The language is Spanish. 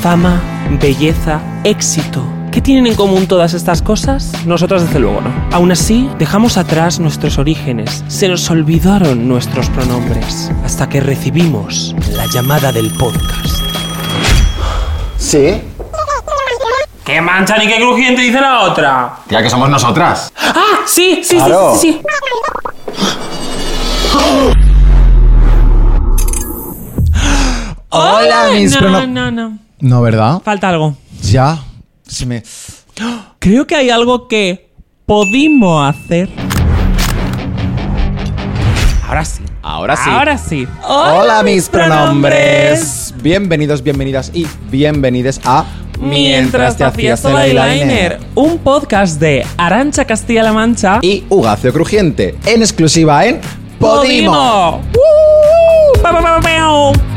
Fama, belleza, éxito. ¿Qué tienen en común todas estas cosas? Nosotras desde luego no. Aún así, dejamos atrás nuestros orígenes, se nos olvidaron nuestros pronombres, hasta que recibimos la llamada del podcast. Sí. ¡Qué mancha ni qué crujiente dice la otra! Tía, que somos nosotras. ¡Ah! Sí, sí, Claro. sí, sí, sí, Hola, mis no, prono- no, no. No, ¿verdad? Falta algo. Ya. Se me. Creo que hay algo que podimos hacer. Ahora sí. Ahora sí. Ahora sí. Hola, mis pronombres. Bienvenidos, bienvenidas y bienvenides a Mientras te hacías todo el eyeliner. Un podcast de Arancha Castilla-La Mancha. y Ugacio Crujiente en exclusiva en Podimo. Podimo. ¡Woo! Pa, pa, pa, pa, pao.